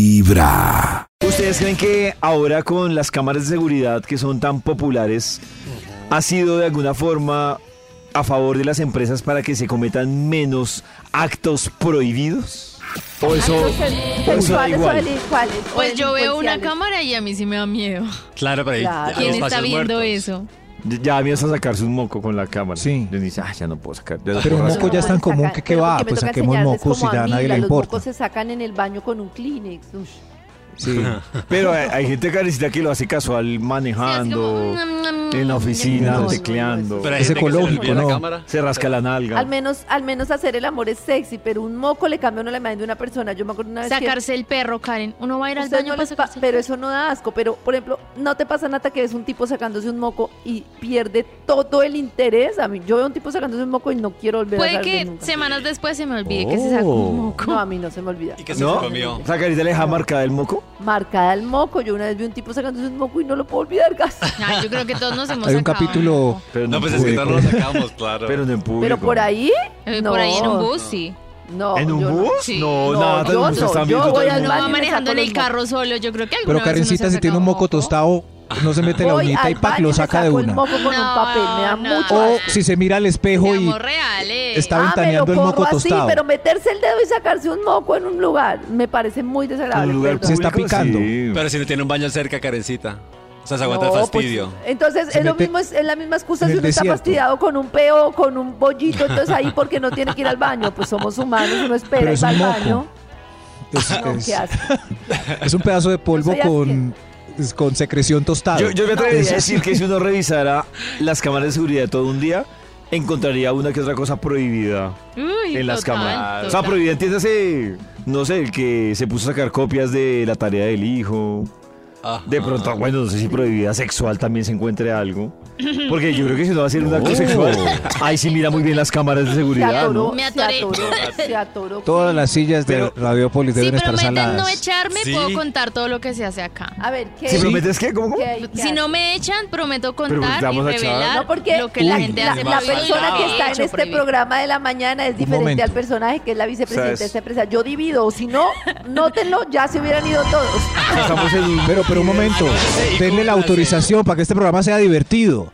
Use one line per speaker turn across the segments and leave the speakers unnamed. Vibra.
¿Ustedes creen que ahora con las cámaras de seguridad que son tan populares, ha sido de alguna forma a favor de las empresas para que se cometan menos actos prohibidos? ¿O eso, o eso da
¿Sexuales o
igual?
delincuales? o
Pues yo veo una
delincuenciales.
cámara y a mí sí me da miedo.
Claro, pero
Pues,
ahí
Claro.
hay
¿Quién está
espacios
viendo
muertos.
eso?
Ya me vas a sacarse un moco con la cámara.
Sí.
Denise, ah, ya no puedo sacar. ya no
Pero
puedo
un
sacar.
Eso
moco
no
pues, ya es
pueden
tan común
sacar.
que qué
Pero lo
va,
que me
pues,
toca
saquemos
enseñarles
mocos
como
y ya a nadie
mí,
le importa.
Los mocos se sacan en el baño con un Kleenex. Ush.
Sí.
Pero hay, hay gente carecita que lo hace casual manejando,
mm,
mm,
en la oficina,
No, no,
tecleando.
Pero hay
Es
gente que se le
ecológico,
olvida la
¿no?
cámara.
se rasca la nalga.
Al menos, al menos hacer el amor es sexy, pero un moco le cambia una la imagen de una persona. Yo me acuerdo una vez que-
Sacarse el perro, Karen. Uno va a ir al
Usted
baño
no
para
les pa-
sacarse el
pero
perro.
eso no da asco. Pero, por ejemplo, no te pasa nada que ves un tipo sacándose un moco y pierde todo el interés. A mí, yo veo un tipo sacándose un moco y no quiero volver a
Puede
saber de
que
nunca.
semanas después se me olvide que se sacó
Oh.
un moco.
No, a mí no se me olvida.
Y que se
¿No?
comió.
¿Esa carita le deja marcada el moco?
Marcada el moco. Yo una vez vi un tipo sacándose un moco y no lo puedo olvidar, gas.
Ay, yo creo que todos nos hemos
Hay un
sacado un
capítulo
moco.
Pero
No, pues es
pude
que no lo
con-
sacamos, claro.
Pero no en público.
Pero por ahí,
Eh,
no.
Por ahí en un bus, sí.
No,
¿En un
Oh, yo no.
bus?
Sí.
No,
No,
nada,
yo
no,
no,
están
yo
viendo todo
voy
el
al
Uno
mundo.
baño.
va
me
manejando en
saco
el
los
carro solo. Yo creo que alguna
Pero Karencita, si tiene un moco tostado, no se mete la
Voy
uñita
al
y pac,
baño
lo
me
saca de
saco el
una.
moco con un
No,
papel, me da
no.
mucho
O
asco.
si se mira al espejo y
Amor real, eh.
está
Ah, me lo
ventaneando el
corro
moco
así,
tostado.
pero meterse el dedo y sacarse un moco en un lugar me parece muy desagradable.
Un lugar
perdón.
Se está
público,
picando.
sí.
Pero si no tiene un baño cerca, Karencita. O sea, se aguanta
No,
el
pues,
fastidio.
entonces
Se
es lo
mete
mismo, es, es la misma excusa
en
si
el
uno está
desierto.
fastidiado con un peo, con un bollito, entonces ahí porque no tiene que ir al baño, pues somos humanos, uno espera
Pero
y
es
va al
un
baño.
moco. Es,
No,
es-
qué asco.
es un pedazo de polvo
Yo soy
con, es- con secreción tostada.
Yo, yo me atrevería a
Es-
decir que si uno revisara las cámaras de seguridad todo un día, encontraría una que otra cosa prohibida
Uy,
en las
total,
cámaras. O sea,
total.
prohibida, entiéndase, no sé, el que se puso a sacar copias de la tarea del hijo.
Ajá.
De
Ah.
pronto, bueno, no sé si prohibida sexual también se encuentre algo. Porque yo creo que si uno va a hacer un acto sexual, ahí sí mira muy bien las cámaras de
Se
seguridad,
atoró,
¿no?
Me
se
atoré.
atoró, se atoró.
Todas las sillas de Radiopolis
Si
deben estar
prometen
saladas.
no echarme,
Sí.
puedo contar todo lo que se hace acá.
A ver, ¿qué?
Si prometes que, ¿cómo? cómo?
¿Qué hay? ¿Qué
Si
hay?
no me echan, prometo
pues, ¿te
contar y
vamos a echar?
revelar
No, porque
lo que la
Uy,
gente
La,
hace.
la
prohibido,
persona que está en
hecho,
este
prohibido.
programa de la mañana es diferente
momento.
al personaje que es la vicepresidenta
O sea,
de
es-
esta empresa. Yo divido, si no, nótenlo, ya se hubieran ido todos.
Estamos en un-
Pero, pero un momento, denle la autorización para que este programa sea divertido.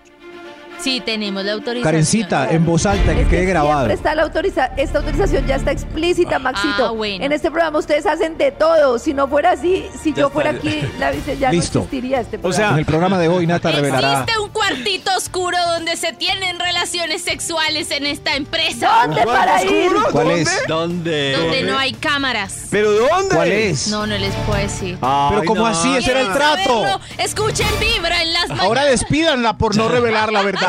Sí, tenemos la autorización.
Karencita, en voz alta, que
Es que
quede grabado.
Siempre está la autoriza esta autorización ya está explícita, Maxito.
Ah, bueno.
En este programa ustedes hacen de todo. Si no fuera así, si
Ya
yo
está.
fuera aquí, la vice ya
Listo.
no existiría este
O
programa.
sea,
En el programa de hoy, Nata revelará.
Existe un cuartito oscuro donde se tienen relaciones sexuales en esta empresa.
¿dónde para ir?
¿Cuál es?
¿Dónde?
Donde no hay cámaras.
¿Pero dónde?
¿Cuál es?
No, no les puedo decir.
Pero ¿cómo así? Ese era el
¿Quieren
trato.
saberlo? Escuchen Vibra en las
Ahora
mañanas.
despídanla por no revelar la verdad.